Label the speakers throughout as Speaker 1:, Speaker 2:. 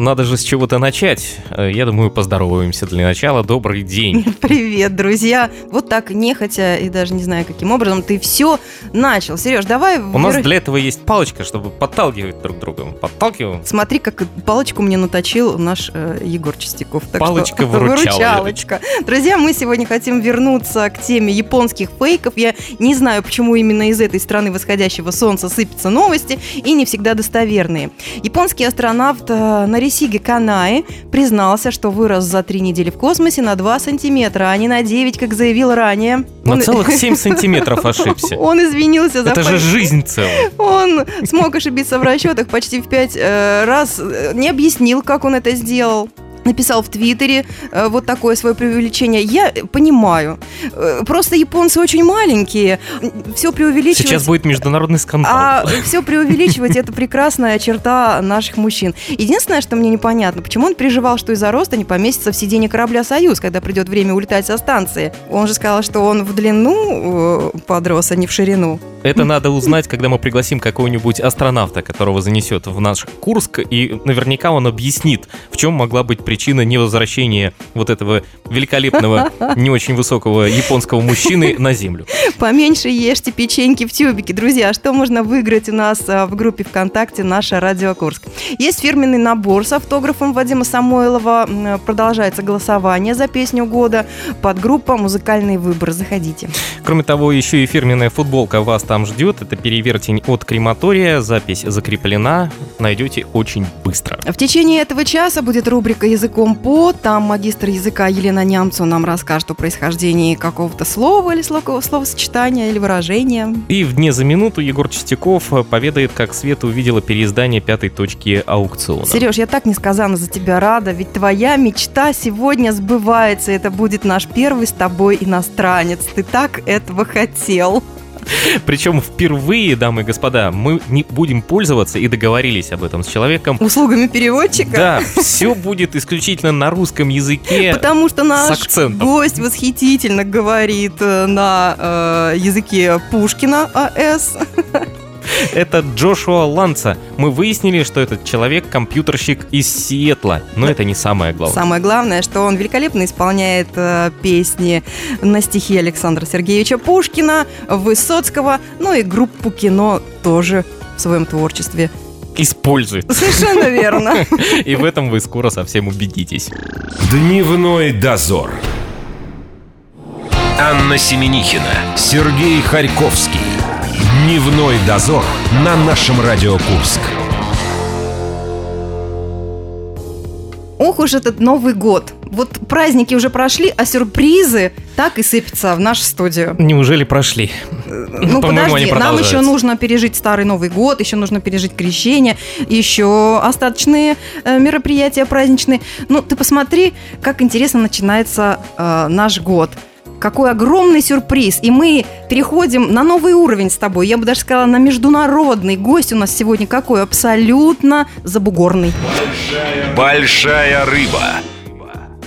Speaker 1: Надо же с чего-то начать. Э, Я думаю, поздороваемся для начала. Добрый день.
Speaker 2: Привет, друзья! Вот так нехотя и даже не знаю, каким образом ты все начал. Сереж, давай...
Speaker 1: У нас
Speaker 2: вверх-
Speaker 1: для этого есть палочка, чтобы подталкивать друг друга. Подталкиваем.
Speaker 2: Смотри, как палочку мне наточил наш э, Егор Чистяков. Так что,
Speaker 1: Палочка-выручалочка.
Speaker 2: выручалочка. Друзья, мы сегодня хотим вернуться к теме японских фейков. Я не знаю, почему именно из этой страны восходящего солнца сыпятся новости и не всегда достоверные. Японский астронавт э, Нарисиге Канаи признался, что вырос за три недели в космосе на 2 сантиметра, а не на 9, как заявил ранее.
Speaker 1: На
Speaker 2: Он-
Speaker 1: целых 7 сантиметров ошибся.
Speaker 2: Он извинился за
Speaker 1: Это же
Speaker 2: фейк.
Speaker 1: жизнь целая.
Speaker 2: Он смог ошибиться в расчетах почти в пять э, раз, э, не объяснил, как он это сделал. Написал в Твиттере э, вот такое свое преувеличение. Я понимаю. Э, просто японцы очень маленькие. Все преувеличивать...
Speaker 1: Сейчас будет международный
Speaker 2: А
Speaker 1: скандал.
Speaker 2: все преувеличивать это прекрасная черта наших мужчин. Единственное, что мне непонятно, почему он переживал, что из-за роста не поместится в сиденье корабля Союз, когда придет время улетать со станции. Он же сказал, что он в длину э, подрос, а не в ширину.
Speaker 1: Это надо узнать, когда мы пригласим какого-нибудь астронавта, которого занесет в наш Курск, и наверняка он объяснит, в чем могла быть причина невозвращения вот этого великолепного, не очень высокого японского мужчины на Землю.
Speaker 2: Поменьше ешьте печеньки в тюбике. Друзья, что можно выиграть у нас а, в группе ВКонтакте «Наша Радио Курск»? Есть фирменный набор с автографом Вадима Самойлова. М, а, Продолжается голосование за песню года. Под группа «Музыкальный выбор». Заходите.
Speaker 1: Кроме того, еще и фирменная футболка вас там ждет. Это перевертень от крематория. Запись закреплена. Найдете очень быстро.
Speaker 2: В течение этого часа будет рубрика «Языком по». Там магистр языка Елена Нямцу нам расскажет о происхождении какого-то слова или слоко- словосочетания или выражения.
Speaker 1: И в «Дне за минуту» Егор Чистяков э, поведает, как Света увидела переиздание пятой точки аукциона.
Speaker 2: Сереж, я так несказанно за тебя рада, ведь твоя мечта сегодня сбывается. Это будет наш первый с тобой иностранец. Ты так этого хотел.
Speaker 1: Причем впервые, дамы и господа, мы не будем пользоваться и договорились об этом с человеком.
Speaker 2: Услугами переводчика?
Speaker 1: Да, все будет исключительно на русском языке.
Speaker 2: Потому что
Speaker 1: с
Speaker 2: наш
Speaker 1: акцентом.
Speaker 2: гость восхитительно говорит э, на э, языке Пушкина А АС.
Speaker 1: Это Джошуа Ланца. Мы выяснили, что этот человек компьютерщик из Сиэтла. Но это не самое главное.
Speaker 2: Самое главное, что он великолепно исполняет э, песни на стихи Александра Сергеевича Пушкина, Высоцкого, ну и группу кино тоже в своем творчестве.
Speaker 1: Использует.
Speaker 2: Совершенно верно.
Speaker 1: И в этом вы скоро совсем убедитесь.
Speaker 3: Дневной дозор. Анна Семенихина, Сергей Харьковский. Дневной дозор на нашем Радио Курск.
Speaker 2: Ох уж этот Новый год. Вот праздники уже прошли, а сюрпризы так и сыпятся в нашу студию.
Speaker 1: Неужели прошли? По-моему, они
Speaker 2: Ну, подожди, нам еще
Speaker 1: продолжаются.
Speaker 2: нужно пережить Старый Новый год, еще нужно пережить крещение, еще остаточные э, мероприятия праздничные. Ну, ты посмотри, как интересно начинается э, наш год. Какой огромный сюрприз. И мы переходим на новый уровень с тобой. Я бы даже сказала, на международный. Гость у нас сегодня какой? Абсолютно забугорный.
Speaker 3: Большая рыба.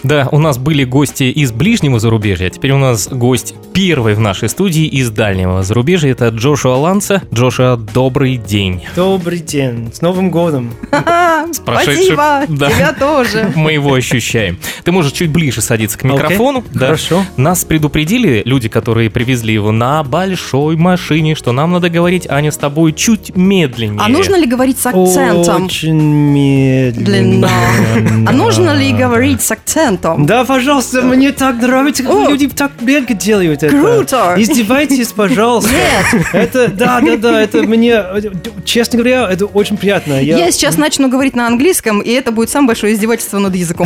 Speaker 1: Да, у нас были гости из ближнего зарубежья, а теперь у нас гость первый в нашей студии из дальнего зарубежья. Это Джошуа Ланса. Джошуа, добрый день.
Speaker 4: Добрый день, с Новым годом.
Speaker 2: Ха-ха,
Speaker 1: прошедшим-
Speaker 2: Спасибо,
Speaker 1: да.
Speaker 2: тебя тоже.
Speaker 1: Мы его ощущаем. Ты можешь чуть ближе садиться к микрофону. Да.
Speaker 4: Хорошо.
Speaker 1: Нас предупредили люди, которые привезли его на большой машине, что нам надо говорить, Аня, с тобой чуть медленнее.
Speaker 2: А нужно ли говорить с акцентом?
Speaker 4: Очень медленно.
Speaker 2: Длинно. А нужно ли говорить с акцентом?
Speaker 4: Да, пожалуйста, мне так нравится, как
Speaker 2: О.
Speaker 4: люди так медленно делают это.
Speaker 2: Круто.
Speaker 4: Издевайтесь, пожалуйста.
Speaker 2: Нет,
Speaker 4: Это, да, да, да, это мне, честно говоря, это очень приятно. Я-
Speaker 2: я сейчас начну говорить на английском, и это будет самое большое издевательство над языком.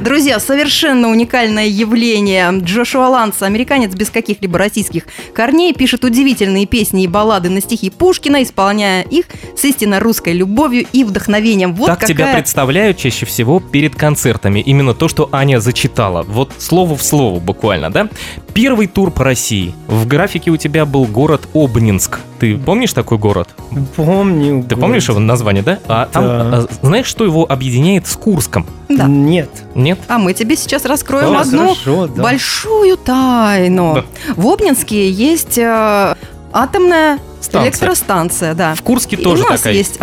Speaker 2: Друзья, совершенно уникальное явление. Джошуа Ланс, американец без каких-либо российских корней, пишет удивительные песни и баллады на стихи Пушкина, исполняя их с истинно русской любовью и вдохновением. Вот
Speaker 1: так тебя
Speaker 2: какая
Speaker 1: представляют чаще всего перед концертами. Именно то, что Аня зачитала. Вот слово в слово буквально, да? Первый тур по России. В графике у тебя был город Обнинск. Ты помнишь такой город?
Speaker 4: Помню.
Speaker 1: Ты помнишь его название, да? А там,
Speaker 4: Да.
Speaker 1: а, знаешь, что его объединяет с Курском?
Speaker 2: Да.
Speaker 4: Нет.
Speaker 1: Нет?
Speaker 2: А мы тебе сейчас раскроем
Speaker 4: Да,
Speaker 2: одну
Speaker 4: хорошо, да.
Speaker 2: большую тайну. В Обнинске есть э, атомная
Speaker 1: Станция.
Speaker 2: электростанция, да.
Speaker 1: В Курске
Speaker 2: И
Speaker 1: тоже
Speaker 2: у нас
Speaker 1: такая есть.
Speaker 2: есть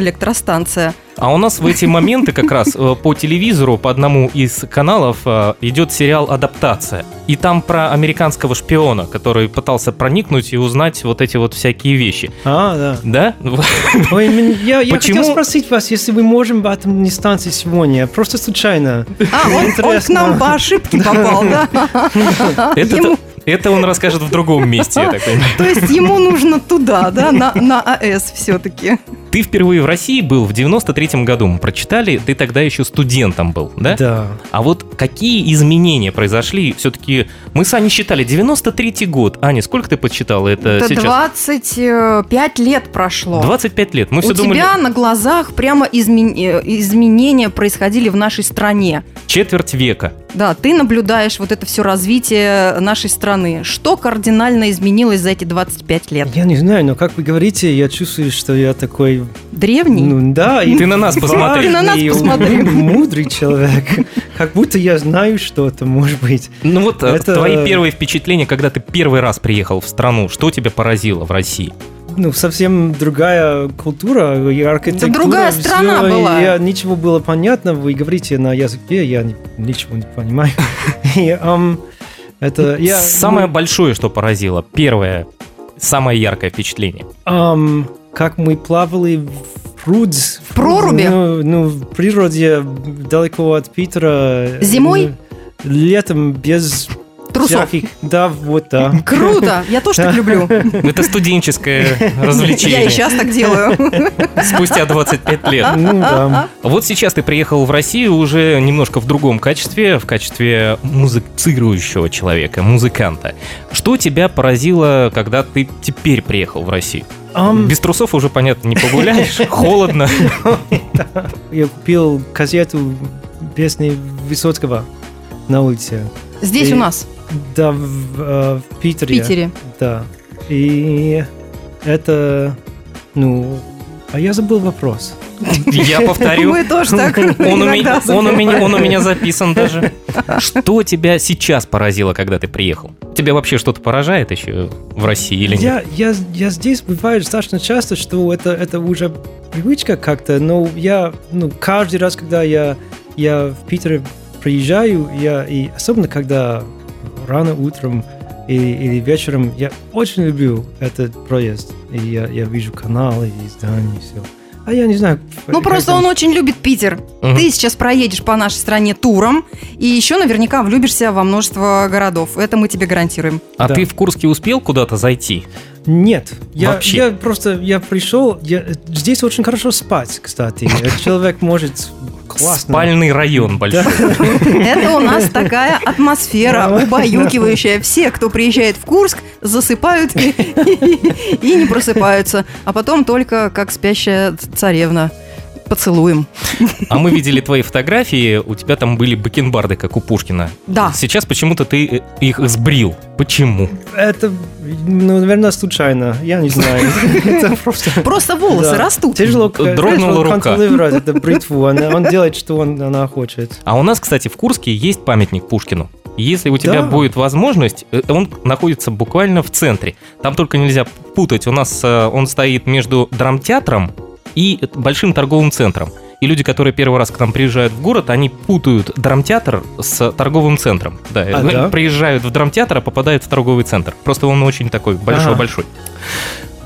Speaker 2: электростанция.
Speaker 1: А у нас в эти моменты как раз э, по телевизору, по одному из каналов э, идет сериал «Адаптация». И там про американского шпиона, который пытался проникнуть и узнать вот эти вот всякие вещи.
Speaker 4: А, да.
Speaker 1: Да?
Speaker 4: Ой, мен- я, я
Speaker 1: Почему-
Speaker 4: хотел спросить вас, если мы можем об этом не станции сегодня, а просто случайно.
Speaker 2: А, он, он к нам по ошибке попал, да?
Speaker 1: Это,
Speaker 2: Ему-
Speaker 1: это он расскажет в другом месте, я так понимаю.
Speaker 2: То есть ему нужно туда, да, на, на А АЭС все-таки.
Speaker 1: Ты впервые в России был в 93-м году. Мы прочитали, ты тогда еще студентом был, да?
Speaker 4: Да.
Speaker 1: А вот какие изменения произошли? Все-таки мы с Аней считали 93-й год. Аня, сколько ты подсчитала это
Speaker 2: Это
Speaker 1: сейчас?
Speaker 2: 25 лет прошло.
Speaker 1: 25 лет. Мы
Speaker 2: У
Speaker 1: все думали...
Speaker 2: тебя на глазах прямо измен- э, изменения происходили в нашей стране.
Speaker 1: Четверть века.
Speaker 2: Да, ты наблюдаешь вот это все развитие нашей страны. Что кардинально изменилось за эти 25 лет?
Speaker 4: Я не знаю, но как вы говорите, я чувствую, что я такой...
Speaker 2: Древний?
Speaker 4: Ну да, и...
Speaker 1: Ты на нас посмотри.
Speaker 2: Ты на нас
Speaker 4: и
Speaker 2: посмотри.
Speaker 4: Мудрый человек. Как будто я знаю что-то, может быть.
Speaker 1: Ну вот э,
Speaker 4: Это-
Speaker 1: твои первые впечатления, когда ты первый раз приехал в страну, что тебя поразило в России?
Speaker 4: ну, совсем другая культура и архитектура.
Speaker 2: другая
Speaker 4: всё,
Speaker 2: страна
Speaker 4: и
Speaker 2: была.
Speaker 4: я- ничего было понятно. Вы говорите на языке, я ни- ничего не понимаю. И, ам, это я... ну,
Speaker 1: Самое большое, что поразило, первое, самое яркое впечатление.
Speaker 4: ам, как мы плавали в пруд. В
Speaker 2: проруби?
Speaker 4: Ну, ну, в природе далеко от Питера.
Speaker 2: Зимой?
Speaker 4: Ну, Летом без
Speaker 2: Трусов.
Speaker 4: всяких- Да, вот да.
Speaker 2: Круто! Я тоже так люблю.
Speaker 1: Ну, Это студенческое
Speaker 2: Я А? и
Speaker 1: развлечение
Speaker 2: сейчас так делаю.
Speaker 1: спустя 25 лет.
Speaker 4: Ну да.
Speaker 1: Вот сейчас ты приехал в Россию уже немножко в другом качестве, в качестве музыцирующего человека, музыканта. Что тебя поразило, когда ты теперь приехал в Россию?
Speaker 4: Ам,
Speaker 1: Без трусов уже, понятно, не погуляешь, холодно.
Speaker 4: Я купил кассету песни Высоцкого на улице.
Speaker 2: Здесь
Speaker 4: И-
Speaker 2: у нас,
Speaker 4: Да, в, э, в
Speaker 2: в
Speaker 4: Питере.
Speaker 2: Питере.
Speaker 4: Да. И это, ну, а я забыл вопрос.
Speaker 1: Я повторю.
Speaker 2: Мы тоже так
Speaker 1: Он у, меня,
Speaker 2: иногда
Speaker 1: он, у меня, он у
Speaker 2: забываем.
Speaker 1: меня записан даже. Что тебя сейчас поразило, когда ты приехал? Тебя вообще что-то поражает еще в России или нет?
Speaker 4: Я, я, я здесь бываю достаточно часто, что это, это уже привычка как-то, но я, ну, каждый раз, когда я, я в Питере приезжаю, я, и особенно когда рано утром и- или вечером, я очень люблю этот проезд. И я, я вижу каналы и здания, и все. А я не знаю.
Speaker 2: Ну,
Speaker 4: как
Speaker 2: просто
Speaker 4: там.
Speaker 2: он очень любит Питер.
Speaker 1: Мгм.
Speaker 2: Ты сейчас проедешь по нашей стране туром, и еще наверняка влюбишься во множество городов. Это мы тебе гарантируем.
Speaker 1: А
Speaker 4: Да.
Speaker 1: ты в Курске успел куда-то зайти?
Speaker 4: Нет, я,
Speaker 1: Вообще.
Speaker 4: я просто я пришел. я- здесь очень хорошо спать, кстати. Человек может классно.
Speaker 1: Спальный район большой.
Speaker 2: Это у нас такая атмосфера,
Speaker 4: Да.
Speaker 2: убаюкивающая. Все, кто приезжает в Курск, засыпают и, и- и не просыпаются. А потом только, как спящая царевна, поцелуем.
Speaker 1: А мы видели твои фотографии, у тебя там были бакенбарды, как у Пушкина.
Speaker 2: Да.
Speaker 1: Сейчас почему-то ты их сбрил. Почему?
Speaker 4: Это, ну, наверное, случайно. Я не знаю. Это просто.
Speaker 2: Просто волосы
Speaker 4: Да.
Speaker 2: растут.
Speaker 4: Тяжело.
Speaker 1: Дрогнула
Speaker 4: знаешь, вот
Speaker 1: рука.
Speaker 4: контролировать Это бритву. она- Он делает, что он, она хочет.
Speaker 1: А у нас, кстати, в Курске есть памятник Пушкину. Если у тебя
Speaker 4: Да.
Speaker 1: будет возможность, э, он находится буквально в центре. Там только нельзя путать. У нас э, он стоит между драмтеатром и большим торговым центром. И люди, которые первый раз к нам приезжают в город, они путают драмтеатр с торговым центром. Да,
Speaker 4: А,
Speaker 1: э,
Speaker 4: да?
Speaker 1: приезжают в драмтеатр, а попадают в торговый центр. Просто он очень такой большой-большой.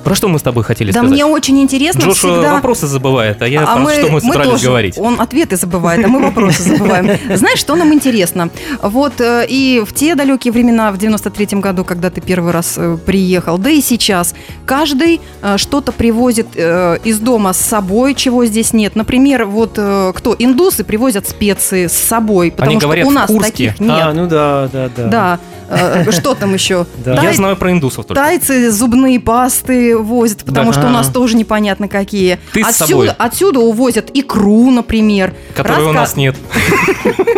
Speaker 1: Про что мы с тобой хотели
Speaker 2: Да
Speaker 1: сказать?
Speaker 2: мне очень интересно
Speaker 1: Джошуа
Speaker 2: всегда...
Speaker 1: вопросы забывает, а я
Speaker 2: а
Speaker 1: там
Speaker 2: мы,
Speaker 1: что мы
Speaker 2: мы
Speaker 1: старались
Speaker 2: тоже.
Speaker 1: говорить.
Speaker 2: Он ответы забывает, а мы вопросы забываем. Знаешь, что нам интересно? Вот э, и в те далекие времена, в 93-м году, когда ты первый раз э, приехал, да и сейчас, каждый э, что-то привозит э, из дома с собой, чего здесь нет. Например, вот э, кто? Индусы привозят специи с собой, потому
Speaker 1: Они
Speaker 2: что
Speaker 1: говорят
Speaker 2: у
Speaker 1: в
Speaker 2: нас
Speaker 1: Курске. А,
Speaker 2: таких нет.
Speaker 4: А, ну да, да, да.
Speaker 2: Да, э, что там еще?
Speaker 4: Да.
Speaker 1: Я
Speaker 2: Тай-
Speaker 1: знаю про индусов только.
Speaker 2: Тайцы зубные пасты возят, потому
Speaker 1: Да.
Speaker 2: что у нас тоже непонятно какие.
Speaker 1: Ты с собой.
Speaker 2: отсюда, отсюда увозят икру, например.
Speaker 1: Которые у
Speaker 2: Раска-
Speaker 1: нас нет.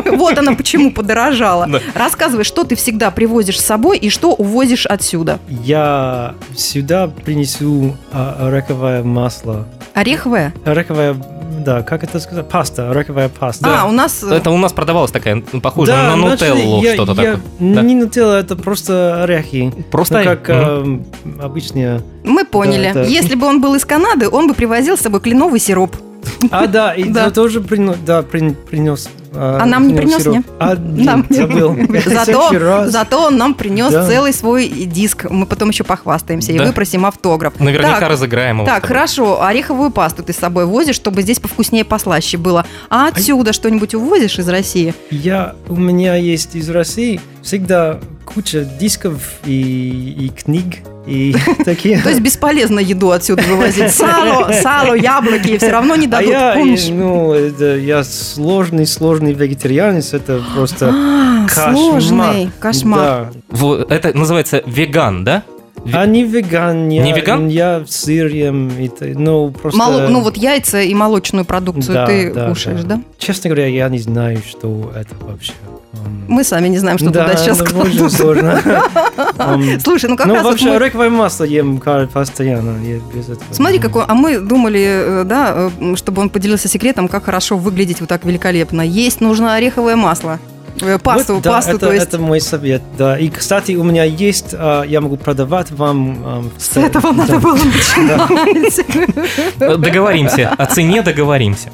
Speaker 2: Вот она почему подорожала.
Speaker 1: Да.
Speaker 2: Рассказывай, что ты всегда привозишь с собой и что увозишь отсюда.
Speaker 4: Я сюда принесу а, раковое масло.
Speaker 2: Ореховая?
Speaker 4: Раковая, да, как это сказать? Паста, раковая паста.
Speaker 2: А, у нас... э,
Speaker 1: Это у нас продавалась такая, ну, похожая
Speaker 4: Да,
Speaker 1: на
Speaker 4: начали-
Speaker 1: нутеллу
Speaker 4: я-
Speaker 1: что-то
Speaker 4: я-
Speaker 1: такое. Да.
Speaker 4: Не нутелла, это просто орехи.
Speaker 1: Просто
Speaker 4: Ну, как
Speaker 1: Мгм.
Speaker 4: эм, обычные.
Speaker 2: Мы поняли.
Speaker 4: Да, это-
Speaker 2: Если бы он был из Канады, он бы привозил с собой кленовый сироп.
Speaker 4: А, да, и
Speaker 2: Да.
Speaker 4: ты тоже прино- да, прин- принес.
Speaker 2: А нам не принес,
Speaker 4: сироп.
Speaker 2: не?
Speaker 4: А,
Speaker 2: Нам.
Speaker 4: забыл. Всякий
Speaker 2: Зато,
Speaker 4: раз.
Speaker 2: зато он нам принес
Speaker 4: Да.
Speaker 2: целый свой диск. Мы потом еще похвастаемся
Speaker 1: Да.
Speaker 2: и выпросим автограф.
Speaker 1: Наверняка
Speaker 2: Так,
Speaker 1: разыграем его.
Speaker 2: Так,
Speaker 1: с тобой.
Speaker 2: хорошо, ореховую пасту ты с собой возишь, чтобы здесь повкуснее, послаще было. А отсюда что-нибудь увозишь из России?
Speaker 4: Я, у меня есть из России всегда куча дисков и, и книг, и такие.
Speaker 2: То есть бесполезно еду отсюда вывозить. Сало, сало, яблоки, все равно не
Speaker 4: А
Speaker 2: дадут,
Speaker 4: я,
Speaker 2: помнишь?
Speaker 4: э, ну, это я сложный-сложный вегетарианец, это просто
Speaker 2: А,
Speaker 4: кошмар.
Speaker 2: сложный кошмар.
Speaker 4: Да.
Speaker 1: Вот, Это называется веган, да? Ве-
Speaker 4: А не веган, я,
Speaker 1: Не веган?
Speaker 4: я с сырьем, и т- ну, просто...
Speaker 2: Мало- ну вот яйца и молочную продукцию
Speaker 4: Да,
Speaker 2: ты
Speaker 4: да,
Speaker 2: кушаешь, да.
Speaker 4: да. Честно говоря, я не знаю, что это вообще. Ам,
Speaker 2: Мы сами не знаем, что
Speaker 4: да,
Speaker 2: туда сейчас
Speaker 4: ну, очень
Speaker 2: кладут.
Speaker 4: сложно. Ам,
Speaker 2: Слушай, ну как
Speaker 4: Ну,
Speaker 2: раз вот
Speaker 4: вообще,
Speaker 2: мы-
Speaker 4: оливковое масло ем ка- постоянно, я без этого.
Speaker 2: Смотри, какой, а мы думали, э, да, э, чтобы он поделился секретом, как хорошо выглядеть вот так великолепно. Есть нужно ореховое масло, Э, пасту,
Speaker 4: Вот, да,
Speaker 2: пасту,
Speaker 4: это,
Speaker 2: то есть.
Speaker 4: это мой совет, да. И, кстати, у меня есть, а, я могу продавать вам... ам,
Speaker 2: С этого надо
Speaker 4: да.
Speaker 2: было начинать.
Speaker 1: Договоримся. О цене договоримся.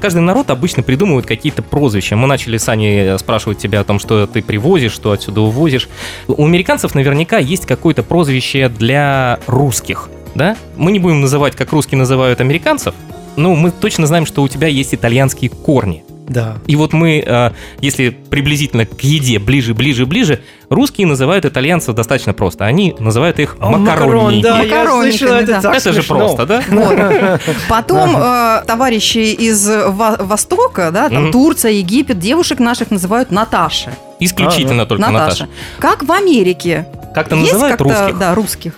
Speaker 1: Каждый народ обычно придумывает какие-то прозвища. Мы начали, Саня, спрашивать тебя о том, что ты привозишь, что отсюда увозишь. У американцев наверняка есть какое-то прозвище для русских, да? Мы не будем называть, как русские называют американцев, но мы точно знаем, что у тебя есть итальянские корни.
Speaker 4: Да.
Speaker 1: И вот мы, э, если приблизительно к еде ближе, ближе, ближе, русские называют итальянцев достаточно просто. Они называют их
Speaker 4: О,
Speaker 1: макаронники.
Speaker 4: А, макарон, да, я
Speaker 2: Макаронниками,
Speaker 4: слышал, это
Speaker 2: да.
Speaker 4: так
Speaker 1: Это же
Speaker 4: смешно.
Speaker 1: просто, да?
Speaker 2: Вот. Потом э, товарищи из Во- Востока, да, там
Speaker 1: Мгм.
Speaker 2: Турция, Египет, девушек наших называют Наташи.
Speaker 4: А,
Speaker 1: Исключительно только Наташа.
Speaker 2: Наташа. Как в Америке?
Speaker 1: Как-то
Speaker 2: Есть
Speaker 1: называют
Speaker 2: как-то,
Speaker 1: русских?
Speaker 2: Да, русских.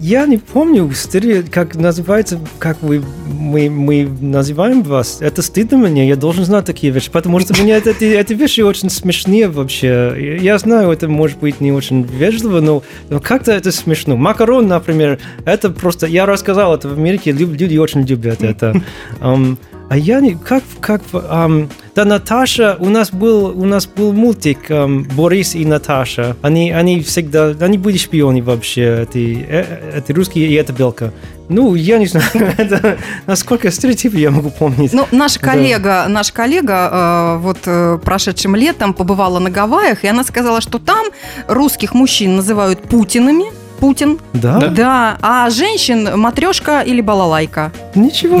Speaker 4: Я не помню, стыдно, как называется, как вы, мы, мы называем вас. Это стыдно мне, я должен знать такие вещи, потому что мне это- эти, эти вещи очень смешные вообще. Я знаю, это может быть не очень вежливо, но, но как-то это смешно. Макарон, например, это просто... Я рассказал это в Америке, лю- люди очень любят это. Ам, а я не... Как... как ам, да, Наташа, у нас был, у нас был мультик ам, Борис и Наташа. Они, они всегда... Они были шпионы вообще, эти, э, эти русские и эта белка. Ну, я не знаю, это, насколько стереотипы я могу помнить.
Speaker 2: Ну, наша
Speaker 4: Да.
Speaker 2: коллега, наша коллега э, вот э, прошедшим летом побывала на Гавайях, и она сказала, что там русских мужчин называют путинами. Путин,
Speaker 4: да?
Speaker 2: да. а женщин матрешка или балалайка.
Speaker 4: Ничего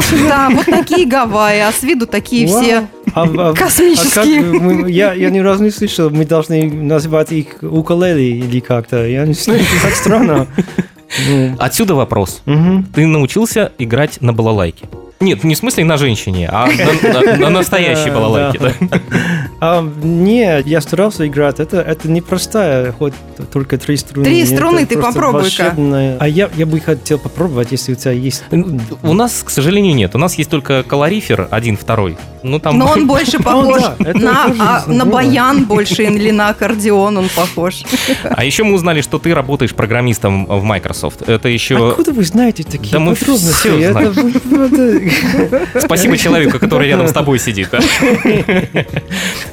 Speaker 4: себе.
Speaker 2: Да, вот такие Гавайи, а с виду такие
Speaker 4: Вау.
Speaker 2: все
Speaker 4: А- а- а как
Speaker 2: космические.
Speaker 4: мы- я, я ни разу не слышал, мы должны называть их уколели или как-то. Я не знаю, это так странно. Ну,
Speaker 1: Отсюда вопрос.
Speaker 4: мгм.
Speaker 1: Ты научился играть на балалайке? Нет, не в смысле на женщине, а на, на- на настоящей
Speaker 4: Да,
Speaker 1: балалайке.
Speaker 4: да.
Speaker 1: да.
Speaker 4: А, не, я старался играть. Это, это непростая, хоть только три струны.
Speaker 2: Три
Speaker 4: Это
Speaker 2: струны, ты
Speaker 4: просто
Speaker 2: попробуй-ка.
Speaker 4: волшебная. А я, я бы хотел попробовать, если у тебя есть... ну,
Speaker 1: У нас, к сожалению, нет. У нас есть только колорифер один, второй. Ну там.
Speaker 2: Но он больше похож
Speaker 4: да, это
Speaker 2: на,
Speaker 4: тоже
Speaker 2: а, на
Speaker 4: здорово.
Speaker 2: баян больше или на аккордеон он похож.
Speaker 1: А еще мы узнали, что ты работаешь программистом в Microsoft. Это
Speaker 2: А
Speaker 1: еще
Speaker 4: Откуда вы знаете такие
Speaker 1: Да мы
Speaker 4: подробности?
Speaker 1: всё
Speaker 4: Это э, вы-
Speaker 1: спасибо человеку, который рядом с тобой сидит. да.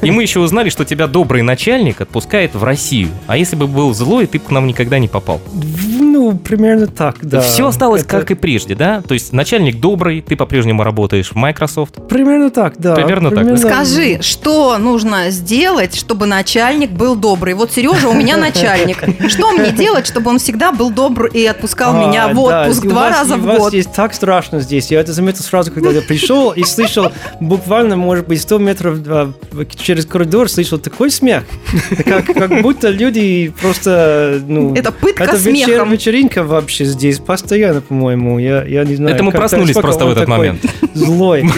Speaker 1: И мы еще узнали, что тебя добрый начальник отпускает в Россию. А если бы был злой, ты бы к нам никогда не попал.
Speaker 4: Ну, примерно так, да.
Speaker 1: Все осталось
Speaker 4: Это
Speaker 1: как и прежде, да? То есть начальник добрый, ты по-прежнему работаешь в Microsoft.
Speaker 4: Примерно так, да.
Speaker 1: Примерно так.
Speaker 2: Скажи, что нужно сделать, чтобы начальник был добрый? Вот Сережа у меня начальник. Что мне делать, чтобы он всегда был добр и отпускал
Speaker 4: А,
Speaker 2: меня в
Speaker 4: да,
Speaker 2: отпуск
Speaker 4: и у
Speaker 2: два
Speaker 4: вас-
Speaker 2: раза
Speaker 4: и
Speaker 2: в
Speaker 4: у вас
Speaker 2: год?
Speaker 4: здесь так страшно здесь. Я это заметил сразу, когда я пришел и слышал буквально, может быть, 100 метров а, через коридор слышал такой смех. Как, как будто люди просто... Ну,
Speaker 2: Это пытка
Speaker 4: это вечер-
Speaker 2: смехом.
Speaker 4: вечеринка вообще здесь постоянно, по-моему. Я, я не знаю.
Speaker 1: Это мы
Speaker 4: как-
Speaker 1: проснулись
Speaker 4: насколько
Speaker 1: просто в
Speaker 4: он
Speaker 1: этот
Speaker 4: такой
Speaker 1: момент.
Speaker 4: Злой.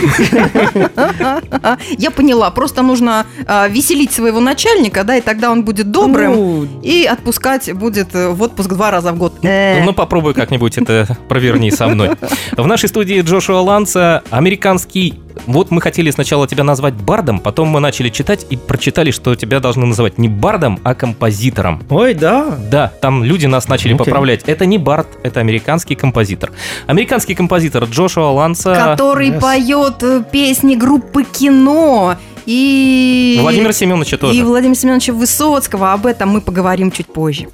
Speaker 2: Я поняла, просто нужно а, веселить своего начальника, да, и тогда он будет добрым
Speaker 4: Ну,
Speaker 2: и отпускать будет э, в отпуск два раза в год. Э,
Speaker 1: Ну, попробуй как-нибудь это проверни со мной. В нашей студии Джошуа Ланса, американский... Вот мы хотели сначала тебя назвать бардом, потом мы начали читать и прочитали, что тебя должны называть не бардом, а композитором.
Speaker 4: Ой, да.
Speaker 1: Да, там люди нас начали
Speaker 4: Окей.
Speaker 1: поправлять. Это не бард, это американский композитор. Американский композитор Джошуа Ланса...
Speaker 2: Который
Speaker 4: yes.
Speaker 2: поет э, песни группы кино и...
Speaker 4: Ну,
Speaker 1: Владимир Семеновича тоже.
Speaker 2: и Владимира Семеновича Высоцкого. Об этом мы поговорим чуть позже.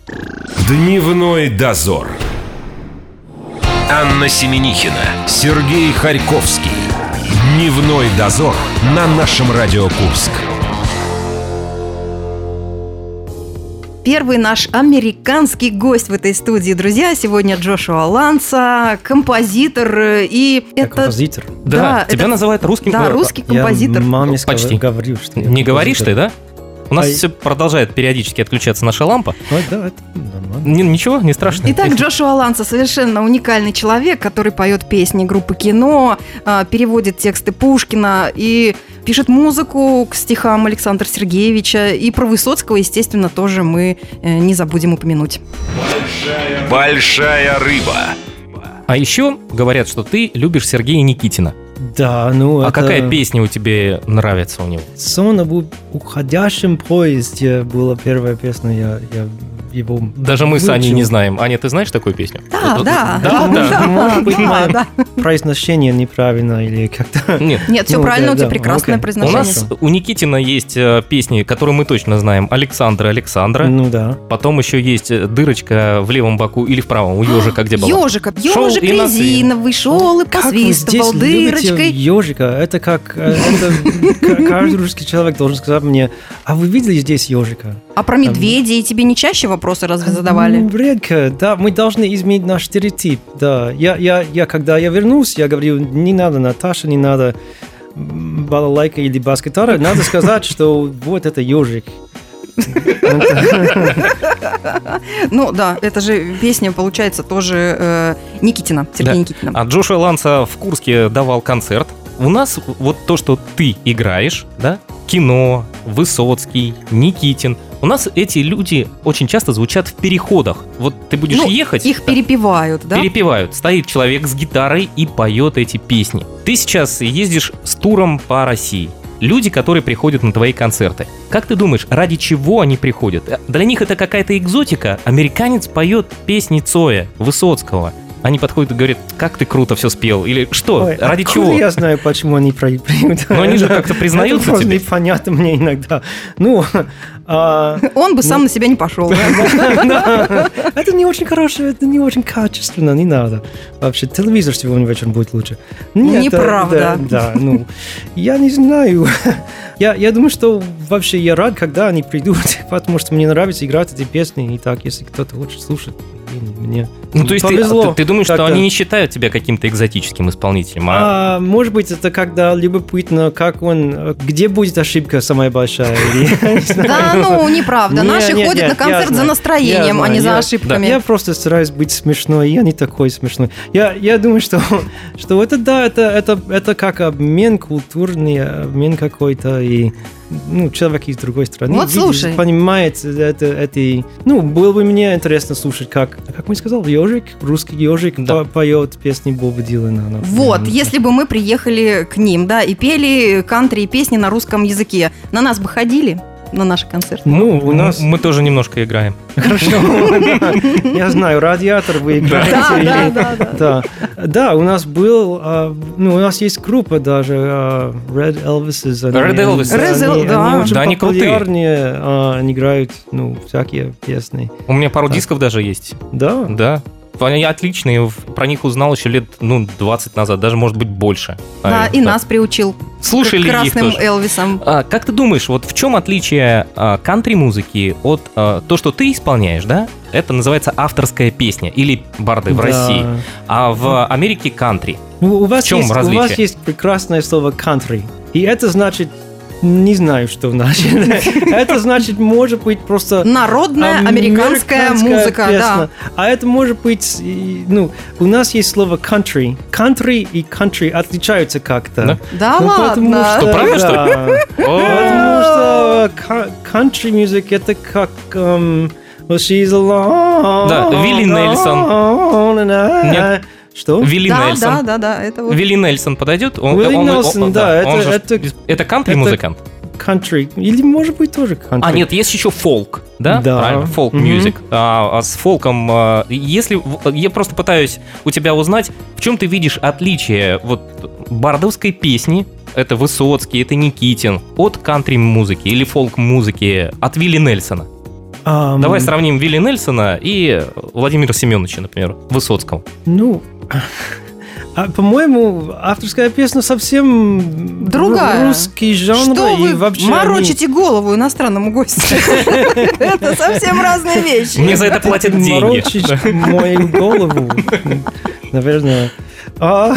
Speaker 3: Дневной дозор. Анна Семенихина, Сергей Харьковский. Дневной дозор на нашем Радио Курск.
Speaker 2: Первый наш американский гость в этой студии, друзья, сегодня Джошуа Ланса, композитор э, и
Speaker 4: Я
Speaker 2: это...
Speaker 4: композитор.
Speaker 1: Да,
Speaker 2: да,
Speaker 1: тебя
Speaker 2: это-
Speaker 1: называют русским...
Speaker 2: Да,
Speaker 1: э,
Speaker 2: русский композитор.
Speaker 4: Я маме сказал-
Speaker 1: Почти.
Speaker 4: говорю, что я
Speaker 1: Не говоришь ты,
Speaker 4: композитор.
Speaker 1: да? У нас
Speaker 4: А-
Speaker 1: все продолжает периодически отключаться наша лампа.
Speaker 4: Ой, да, это нормально.
Speaker 1: Ни- ничего, не страшно.
Speaker 2: Итак, Джошуа Ланса совершенно уникальный человек, который поет песни группы кино, а, переводит тексты Пушкина и пишет музыку к стихам Александра Сергеевича. И про Высоцкого, естественно, тоже мы э, не забудем упомянуть.
Speaker 3: Большая рыба.
Speaker 1: А еще говорят, что ты любишь Сергея Никитина.
Speaker 4: Да, ну
Speaker 1: А
Speaker 4: это-
Speaker 1: какая песня у тебя нравится у него?
Speaker 4: Сон об уходящем поезде была первая песня, я, я его...
Speaker 1: Даже мы с
Speaker 4: выучил.
Speaker 1: Аней не знаем. Аня, ты знаешь такую песню?
Speaker 2: Да,
Speaker 1: Вот-
Speaker 2: да,
Speaker 1: Да, да.
Speaker 4: может быть,
Speaker 2: да,
Speaker 4: моя-
Speaker 2: да.
Speaker 4: Произношение неправильно или как-то...
Speaker 1: Нет.
Speaker 2: Нет, все
Speaker 4: Ну,
Speaker 2: правильно,
Speaker 4: да,
Speaker 2: у тебя
Speaker 4: да,
Speaker 2: прекрасное
Speaker 4: окей.
Speaker 1: У
Speaker 2: произношение.
Speaker 1: нас, у Никитина есть э, песни, которые мы точно знаем. Александра, Александра.
Speaker 4: Ну да.
Speaker 1: Потом еще есть э, дырочка в левом боку или в правом,
Speaker 2: А,
Speaker 1: у ежика где была.
Speaker 2: Ежика,
Speaker 1: Шел
Speaker 2: ежик
Speaker 1: и на свин.
Speaker 2: резиновый, шел и
Speaker 4: Как вы здесь
Speaker 2: посвистывал
Speaker 4: любите
Speaker 2: дырочкой.
Speaker 4: ежика? Это как... э, это к- каждый русский человек должен сказать мне, а вы видели здесь ежика?
Speaker 2: А про медведей тебе не чаще вопросы разве задавали?
Speaker 4: М, Редко, да, мы должны изменить наш стереотип, да. Я, я, я, когда я вернусь, я говорю, не надо, Наташа, не надо м, балалайка или бас-гитара, надо сказать, что вот это ежик.
Speaker 2: Ну да, это же песня, получается, тоже э, Никитина, Сергея
Speaker 1: Да.
Speaker 2: Никитина.
Speaker 1: А Джошуа Ланса в Курске давал концерт. У нас вот то, что ты играешь, да, кино, Высоцкий, Никитин, у нас эти люди очень часто звучат в переходах. Вот ты будешь
Speaker 2: Ну,
Speaker 1: ехать...
Speaker 2: Их
Speaker 1: да,
Speaker 2: перепевают, да?
Speaker 1: Перепевают. Стоит человек с гитарой и поет эти песни. Ты сейчас ездишь с туром по России. Люди, которые приходят на твои концерты. Как ты думаешь, ради чего они приходят? Э, Для них это какая-то экзотика. Американец поет песни Цоя, Высоцкого. Они подходят и говорят, как ты круто все спел. Или что?
Speaker 4: Ой, а
Speaker 1: ради
Speaker 4: откуда
Speaker 1: чего?
Speaker 4: Я знаю, почему они про- приют.
Speaker 1: Но они же как-то признаются
Speaker 4: Это просто
Speaker 1: тебе.
Speaker 4: непонятно мне иногда. Ну, а,
Speaker 2: Он бы сам на себя не пошел.
Speaker 4: да, это не очень хорошее, это не очень качественно, не надо. Вообще, телевизор сегодня вечером будет лучше. Нет,
Speaker 2: Неправда.
Speaker 4: э, Да, да, ну, я не знаю. Я, я думаю, что вообще я рад, когда они придут, потому что мне нравится играть эти песни. И так, если кто-то хочет слушать, блин, мне
Speaker 1: Ну, то есть ты,
Speaker 4: повезло.
Speaker 1: ты- ты думаешь, что
Speaker 4: Так-то.
Speaker 1: они не считают тебя каким-то экзотическим исполнителем? а-
Speaker 4: А, может быть, это когда любопытно, как он, э, где будет ошибка самая большая. или- я не знаю.
Speaker 2: Да, ну, неправда.
Speaker 4: Не,
Speaker 2: Наши
Speaker 4: не,
Speaker 2: ходят
Speaker 4: не,
Speaker 2: на концерт
Speaker 4: я
Speaker 2: за
Speaker 4: знаю, я
Speaker 2: настроением, а
Speaker 4: знаю,
Speaker 2: не за
Speaker 4: я- Я
Speaker 2: ошибками.
Speaker 4: просто стараюсь быть смешной, я не такой смешной. Я, я думаю, что, что это да, это, это, это как обмен культурный, обмен какой-то, и ну, человек из другой страны
Speaker 2: Вот слушай.
Speaker 4: понимает это, это, и- ну, было бы мне интересно слушать, как, как мы сказал, ежик, русский ежик
Speaker 1: Да.
Speaker 4: по- поет песни Боба Дилана. например.
Speaker 2: Вот,
Speaker 4: Ну,
Speaker 2: если бы мы приехали к ним, да, и пели кантри и песни на русском языке, на нас бы ходили на наши концерты.
Speaker 4: Ну, у
Speaker 1: М-
Speaker 4: нас...
Speaker 1: Мы тоже немножко играем.
Speaker 4: Я знаю, радиатор вы играете.
Speaker 2: Да,
Speaker 4: или-
Speaker 2: да, да, да.
Speaker 4: Да, да, у нас был, а, ну, у нас есть группа даже, а, Red Elvises. Они-
Speaker 1: Red Elvises.
Speaker 4: они-
Speaker 2: Red El-
Speaker 4: они-
Speaker 2: да.
Speaker 4: Они очень
Speaker 1: Да, они крутые.
Speaker 4: популярные, а, они играют, ну, всякие песни.
Speaker 1: У меня пару
Speaker 4: Так.
Speaker 1: дисков даже есть.
Speaker 4: Да,
Speaker 1: Да. Они отличные. В- Про них узнал еще лет, ну, 20 назад, даже, может быть, больше.
Speaker 2: Да,
Speaker 1: наверное.
Speaker 2: и нас э- приучил
Speaker 1: Слушали
Speaker 2: к
Speaker 1: их
Speaker 2: красным
Speaker 1: тоже.
Speaker 2: Элвисом.
Speaker 1: А, как ты думаешь, вот в чем отличие а, кантри-музыки от а, то, что ты исполняешь, да? Это называется авторская песня или барды в
Speaker 4: Да.
Speaker 1: России, а в Америке кантри.
Speaker 4: Ну, у вас
Speaker 1: В чем
Speaker 4: есть, у
Speaker 1: различие?
Speaker 4: вас есть прекрасное слово country, и это значит Не знаю, что значит. Это значит, может быть, просто...
Speaker 2: Народная американская, музыка, да.
Speaker 4: песня. А это может быть, и, ну, у нас есть слово country. Country и country отличаются как-то.
Speaker 2: Да
Speaker 4: Ну, потому
Speaker 2: А ладно.
Speaker 1: Что, правда, что ли?
Speaker 4: да.
Speaker 1: О,
Speaker 4: Потому что ка- country music это как... эм, well, she's alone.
Speaker 1: Да, Вилли
Speaker 4: Нельсон.
Speaker 1: Нет.
Speaker 4: Что?
Speaker 1: Вилли
Speaker 2: да,
Speaker 1: Нельсон.
Speaker 2: да, да, да, это вот.
Speaker 1: Вилли Нельсон подойдет? Он,
Speaker 4: Уилли
Speaker 1: он- он-
Speaker 4: Нельсон,
Speaker 1: он-
Speaker 4: да, это-
Speaker 1: он же-
Speaker 4: это-
Speaker 1: это кантри-музыкант.
Speaker 4: Country. Или может быть тоже country.
Speaker 1: А, нет, есть еще фолк, да?
Speaker 4: Ну, Да.
Speaker 1: Правильно, фолк
Speaker 4: Мгм.
Speaker 1: мюзик. А, а с фолком, а, если... в- Я просто пытаюсь у тебя узнать, в чем ты видишь отличие вот бардовской песни, это Высоцкий, это Никитин, от кантри-музыки или фолк-музыки от Вилли Нельсона.
Speaker 4: Ам,
Speaker 1: Давай сравним Вилли Нельсона и Владимира Семеновича, например, Высоцкого.
Speaker 4: Ну, а, по-моему, авторская песня совсем
Speaker 2: Другая.
Speaker 4: ру- русский жанр
Speaker 2: Что
Speaker 4: и
Speaker 2: вы
Speaker 4: вообще
Speaker 2: морочите голову иностранному гостю? Это совсем разные вещи.
Speaker 1: Мне за это платят
Speaker 4: они...
Speaker 1: деньги.
Speaker 4: морочишь мою голову, наверное. А,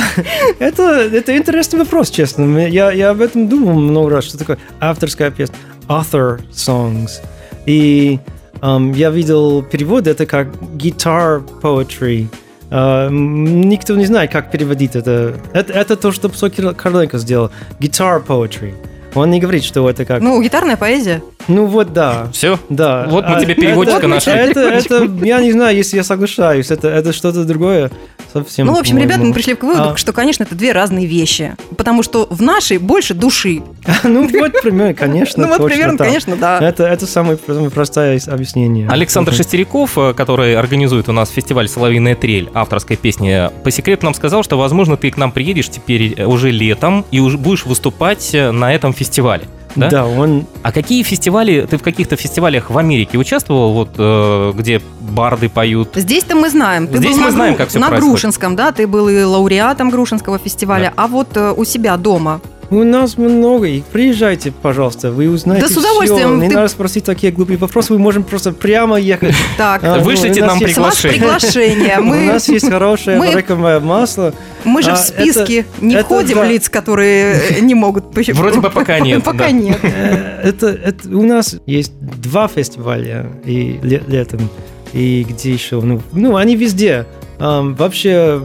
Speaker 4: это, это интересный вопрос, честно. Мне- Я, я об этом думал много раз. Что такое авторская песня? Author songs. И ам, я видел перевод, это как guitar poetry. А, м, никто не знает, как переводить это. Это, это то, что Псо Кир- Короленко сделал. Guitar poetry. Он не говорит, что это как...
Speaker 2: Ну, гитарная поэзия.
Speaker 4: ну вот да.
Speaker 1: Все?
Speaker 4: Да.
Speaker 1: Вот мы
Speaker 4: А,
Speaker 1: тебе переводчика
Speaker 4: это-
Speaker 1: нашли.
Speaker 4: Это, это- я не знаю, если я соглашаюсь, это, это что-то другое совсем.
Speaker 2: Ну, в общем,
Speaker 4: по-моему.
Speaker 2: ребята, мы пришли к выводу,
Speaker 4: А.
Speaker 2: что, конечно, это две разные вещи. Потому что в нашей больше души.
Speaker 4: Ну, вот примерно, конечно,
Speaker 2: Ну, вот
Speaker 4: точно
Speaker 2: примерно,
Speaker 4: так.
Speaker 2: конечно, да.
Speaker 4: Это, это самое, самое простое из- объяснение.
Speaker 1: Александр Шестеряков, э, который организует у нас фестиваль «Соловьиная трель» авторской песни, по секрету нам сказал, что, возможно, ты к нам приедешь теперь э, уже летом и уже будешь выступать э, на этом фестивале. Да?
Speaker 4: Да? он...
Speaker 1: А какие фестивали, ты в каких-то фестивалях в Америке участвовал, вот э, где барды поют?
Speaker 2: Здесь-то мы знаем. Ты
Speaker 1: Здесь
Speaker 2: был
Speaker 1: мы
Speaker 2: на,
Speaker 1: знаем,
Speaker 2: Гру-
Speaker 1: как всё
Speaker 2: на
Speaker 1: происходит.
Speaker 2: Грушинском, да, ты был и лауреатом Грушинского фестиваля, а вот э, у себя дома.
Speaker 4: У нас много, и приезжайте, пожалуйста, вы узнаете
Speaker 2: Да с удовольствием,
Speaker 4: всё. Не
Speaker 2: ты-
Speaker 4: надо спросить такие глупые вопросы, мы можем просто прямо ехать.
Speaker 2: Так,
Speaker 4: А, ну,
Speaker 1: Вышлите
Speaker 4: у нас
Speaker 1: нам
Speaker 4: есть-
Speaker 2: с вас
Speaker 1: приглашение.
Speaker 2: приглашение. А
Speaker 4: У
Speaker 2: Мы,
Speaker 4: нас есть хорошее
Speaker 2: мы-
Speaker 4: рекомое масло.
Speaker 2: мы же
Speaker 4: а,
Speaker 2: в списке не
Speaker 4: это
Speaker 2: входим
Speaker 4: да.
Speaker 2: лиц, которые э, не могут... пощ-
Speaker 1: Вроде бы пока нет, да.
Speaker 2: Пока нет.
Speaker 4: Э, это, это у нас есть два фестиваля и ле- летом и где еще ну ну они везде Ам, вообще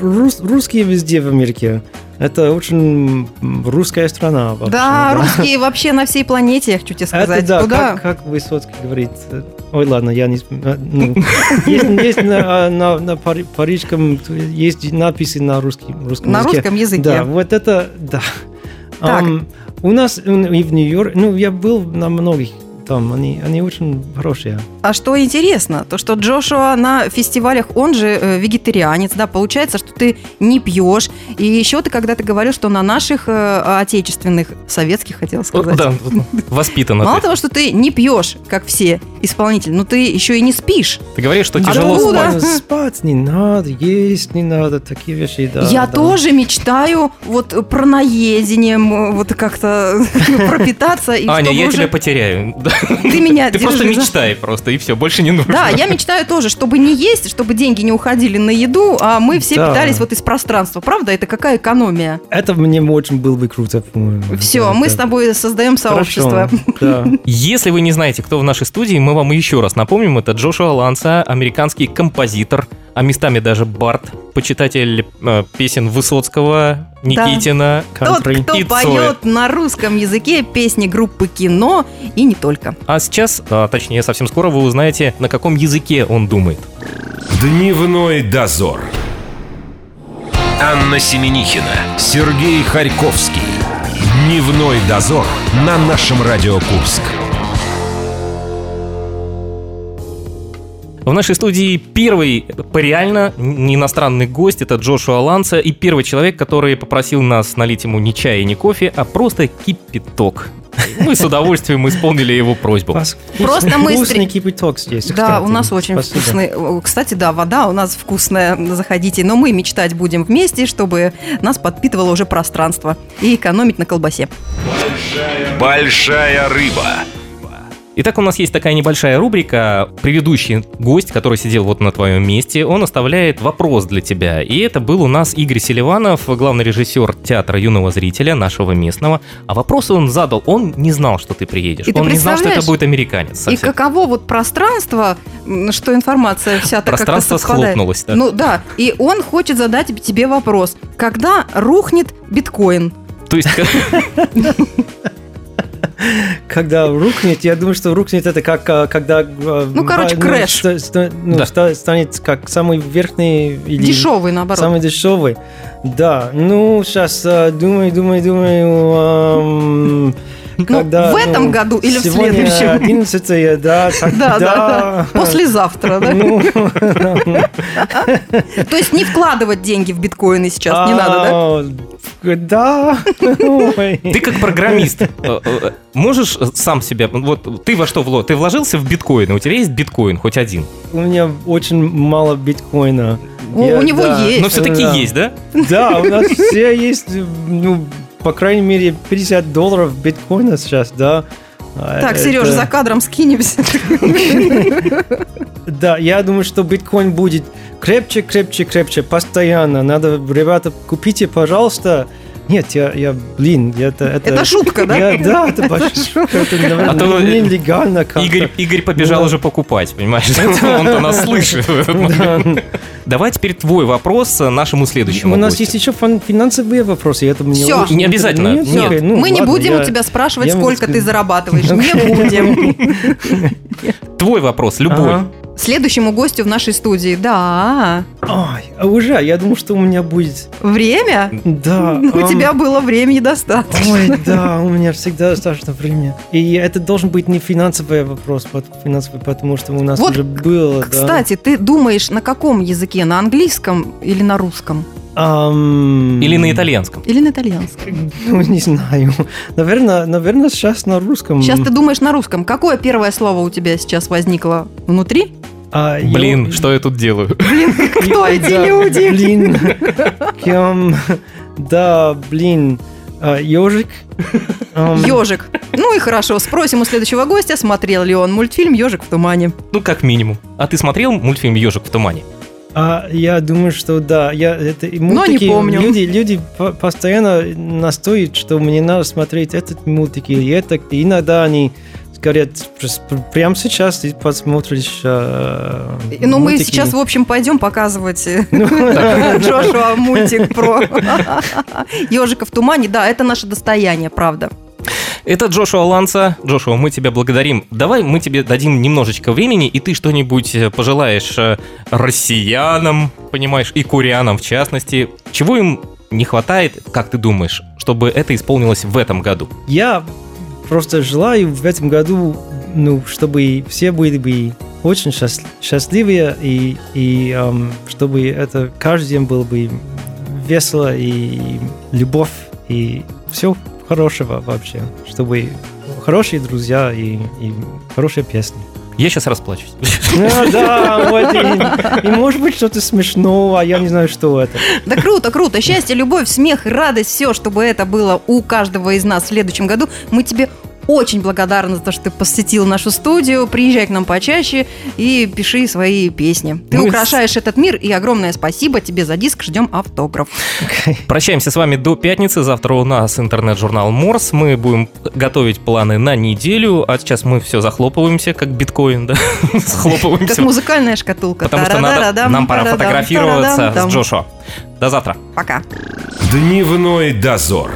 Speaker 4: рус- русские везде в Америке это очень м, русская страна вообще,
Speaker 2: Да, русские вообще на всей планете, я хочу тебе
Speaker 4: это
Speaker 2: сказать. ну
Speaker 4: да,
Speaker 2: Куда?
Speaker 4: Как, как Высоцкий говорит. э, Ой, ладно, я не... см- э, ну, есть есть на, а, на- на пари- парижском есть надписи на русском, русском
Speaker 2: На
Speaker 4: языке.
Speaker 2: русском языке.
Speaker 4: Да, вот это, да.
Speaker 2: Так.
Speaker 4: Ам, у нас м, и в Нью-Йорке, ну, я был на многих там, они, они очень хорошие.
Speaker 2: А что интересно, то что Джошуа на фестивалях, он же э, вегетарианец, да, получается, что ты не пьешь. И еще ты когда-то говорил, что на наших э, отечественных, советских, хотела
Speaker 1: О,
Speaker 2: сказать.
Speaker 1: Да, вот, воспитан.
Speaker 2: Мало
Speaker 1: ты.
Speaker 2: того, что ты не пьешь, как все исполнители, но ты еще и не спишь.
Speaker 1: Ты говоришь, что
Speaker 2: А
Speaker 1: тяжело
Speaker 2: откуда?
Speaker 1: спать.
Speaker 4: Спать, спать не надо, есть не надо, такие вещи, да.
Speaker 2: Я
Speaker 4: да.
Speaker 2: тоже мечтаю вот э, про наедением, э, вот как-то ну, пропитаться. и
Speaker 1: Аня,
Speaker 2: чтобы
Speaker 1: я
Speaker 2: уже-
Speaker 1: тебя потеряю. Да.
Speaker 2: Ты меня
Speaker 1: Ты просто
Speaker 2: держи за-
Speaker 1: мечтай просто, и все, больше не нужно.
Speaker 2: Да, я мечтаю тоже, чтобы не есть, чтобы деньги не уходили на еду, а мы все
Speaker 4: Да.
Speaker 2: питались вот из пространства. Правда, это какая экономия?
Speaker 4: Это мне очень было бы круто, по-моему.
Speaker 2: Все,
Speaker 4: Да,
Speaker 2: мы
Speaker 4: да.
Speaker 2: с тобой создаем сообщество.
Speaker 4: Хорошо, Да.
Speaker 1: Если вы не знаете, кто в нашей студии, мы вам еще раз напомним, это Джошуа Ланса, американский композитор, а местами даже Барт, почитатель э, песен Высоцкого, Никитина.
Speaker 2: Тот,
Speaker 4: Country.
Speaker 2: Ну кто
Speaker 1: И
Speaker 2: поет на русском языке песни группы кино и не только.
Speaker 1: А сейчас, а, точнее, совсем скоро вы узнаете, на каком языке он думает.
Speaker 3: Дневной дозор. Анна Семенихина, Сергей Харьковский. Дневной дозор на нашем Радио Курск.
Speaker 1: В нашей студии первый по реально не иностранный гость, это Джошуа Ланса, и первый человек, который попросил нас налить ему не чай и не кофе, а просто кипяток. Мы с удовольствием исполнили его просьбу.
Speaker 4: Пас-
Speaker 2: Просто мы стри-
Speaker 4: Вкусный кипяток здесь,
Speaker 2: Да,
Speaker 4: кстати.
Speaker 2: у нас очень
Speaker 4: Спасибо.
Speaker 2: вкусный. о, Кстати, да, вода у нас вкусная, заходите. Но мы мечтать будем вместе, чтобы нас подпитывало уже пространство и экономить на колбасе.
Speaker 3: Большая рыба.
Speaker 1: Итак, у нас есть такая небольшая рубрика. Предыдущий гость, который сидел вот на твоем месте, он оставляет вопрос для тебя. И это был у нас Игорь Селиванов, главный режиссер театра юного зрителя, нашего местного. А вопрос он задал, он не знал, что ты приедешь.
Speaker 2: И ты
Speaker 1: он не знал, что это
Speaker 2: представляешь?
Speaker 1: будет американец.
Speaker 2: И
Speaker 1: совсем.
Speaker 2: каково вот пространство, м, что информация вся так как-то
Speaker 1: Пространство
Speaker 2: совпадает.
Speaker 1: схлопнулось. да.
Speaker 2: Ну да, и он хочет задать тебе вопрос. Когда рухнет биткоин?
Speaker 1: То есть, как-
Speaker 4: Когда рухнет, я думаю, что рухнет это как а, когда... Ну,
Speaker 2: короче, крэш.
Speaker 1: Да.
Speaker 4: станет как самый верхний или...
Speaker 2: Дешевый, наоборот.
Speaker 4: Самый дешевый. Да, ну, сейчас думаю, думаю, думаю... эм,
Speaker 2: Ну,
Speaker 4: когда,
Speaker 2: в этом году или в
Speaker 4: сегодня
Speaker 2: следующем?
Speaker 4: 11 да,
Speaker 2: Да, да,
Speaker 4: тогда...
Speaker 2: да. Послезавтра, да?
Speaker 4: Ну,
Speaker 2: То есть не вкладывать деньги в биткоины сейчас не надо,
Speaker 4: а, Да. Ой.
Speaker 1: ты как программист э, э, можешь э, сам себя... Вот ты во что вло? Ты вложился в биткоины? У тебя есть биткоин хоть один?
Speaker 4: У меня очень мало биткоина.
Speaker 2: У- у него есть.
Speaker 1: Но все-таки
Speaker 4: Да.
Speaker 1: есть, да?
Speaker 4: Да, у нас все есть, ну, по крайней мере, 50 долларов биткоина сейчас, да. А
Speaker 2: да? Так, Сережа, за кадром скинемся.
Speaker 4: Да, я думаю, что биткоин будет крепче, крепче, крепче, постоянно. Надо, ребята, купите, пожалуйста. Нет, я, я блин, я- это... Это,
Speaker 2: Это шутка, да?
Speaker 4: Я- да, это большая Это, наверное,
Speaker 1: А то, э,
Speaker 4: нелегально как-то.
Speaker 1: Игорь, Игорь побежал
Speaker 4: Да.
Speaker 1: уже покупать, понимаешь? Он-то нас слышит. в этот момент.
Speaker 4: Ну, Да.
Speaker 1: Давай теперь твой вопрос э, нашему следующему
Speaker 4: У нас
Speaker 1: гостю.
Speaker 4: есть еще фин- финансовые вопросы. Это мне
Speaker 2: Всё.
Speaker 4: очень
Speaker 1: Не обязательно.
Speaker 4: интересно.
Speaker 1: Нет.
Speaker 4: Окей, ну,
Speaker 2: Мы не
Speaker 4: ладно,
Speaker 2: будем у
Speaker 4: я-
Speaker 2: тебя спрашивать,
Speaker 4: я могу
Speaker 2: сколько ты
Speaker 4: сказать.
Speaker 2: зарабатываешь. Не будем.
Speaker 1: Твой вопрос, любой.
Speaker 4: Ага.
Speaker 2: Следующему гостю в нашей студии. Да.
Speaker 4: Ой, а уже, я думал, что у меня будет...
Speaker 2: Время?
Speaker 4: Да.
Speaker 2: У
Speaker 4: ам,
Speaker 2: тебя было времени достаточно.
Speaker 4: Ой, да, у меня всегда достаточно времени. И это должен быть не финансовый вопрос, пот- финансовый, потому что у нас
Speaker 2: Вот,
Speaker 4: уже было, да.
Speaker 2: Кстати, ты думаешь, на каком языке? На английском или на русском?
Speaker 4: Ам,
Speaker 1: Или на итальянском.
Speaker 2: Или на итальянском?
Speaker 4: Ну, не знаю. Наверное, наверное, сейчас на русском.
Speaker 2: Сейчас ты думаешь на русском. Какое первое слово у тебя сейчас возникло внутри?
Speaker 4: А, я-
Speaker 1: Блин, что я тут делаю?
Speaker 2: Кто
Speaker 4: Да,
Speaker 2: эти люди?
Speaker 4: Блин. Кем? Да, блин. А, Ежик. Ам,
Speaker 2: Ежик. Ну и хорошо, спросим у следующего гостя, смотрел ли он мультфильм Ежик в тумане.
Speaker 1: Ну, как минимум. А ты смотрел мультфильм «Ежик в тумане»?
Speaker 4: А, я думаю, что да. Я, это, и
Speaker 2: Но не
Speaker 4: мультики,
Speaker 2: помню.
Speaker 4: Люди, люди по- постоянно настоят, что мне надо смотреть этот мультик или это. И иногда они говорят, «Прис- прямо сейчас ты посмотришь а,
Speaker 2: И, Ну, мы
Speaker 4: мультики». Ну,
Speaker 2: сейчас, в общем, пойдем показывать э, Джошуа мультик про ежика в тумане. Да, это наше достояние, правда.
Speaker 1: Это Джошуа Ланса. Джошуа, мы тебя благодарим. Давай мы тебе дадим немножечко времени, и ты что-нибудь э, пожелаешь э, россиянам, понимаешь, и курянам в частности. Чего им не хватает, как ты думаешь, чтобы это исполнилось в этом году?
Speaker 4: Я просто желаю в этом году, ну, чтобы все были бы очень счаст- счастливые и, и ам, чтобы это каждый день было бы весело и любовь и все хорошего вообще, чтобы хорошие друзья и, и хорошие песни.
Speaker 1: Я сейчас расплачусь.
Speaker 4: Ну да, вот и, и может быть что-то смешного, а я не знаю, что это.
Speaker 2: Да круто, круто. Счастье, любовь, смех, и радость, все, чтобы это было у каждого из нас в следующем году. Мы тебе очень благодарны за то, что ты посетил нашу студию. Приезжай к нам почаще и пиши свои песни. Ты
Speaker 1: Ну и
Speaker 2: украшаешь этот мир, и огромное спасибо тебе за диск. Ждем автограф.
Speaker 1: Прощаемся с вами до пятницы. Завтра у нас интернет-журнал Морс. Мы будем готовить планы на неделю. А сейчас мы все захлопываемся, как биткоин, да?
Speaker 2: Как
Speaker 1: Схлопываемся.
Speaker 2: музыкальная шкатулка.
Speaker 1: Потому что надо,
Speaker 2: Тарадарадам,
Speaker 1: нам пора
Speaker 2: тарадам,
Speaker 1: фотографироваться
Speaker 2: тарадам,
Speaker 1: с
Speaker 2: там.
Speaker 1: Джошуа. До завтра.
Speaker 2: Пока.
Speaker 3: Дневной дозор.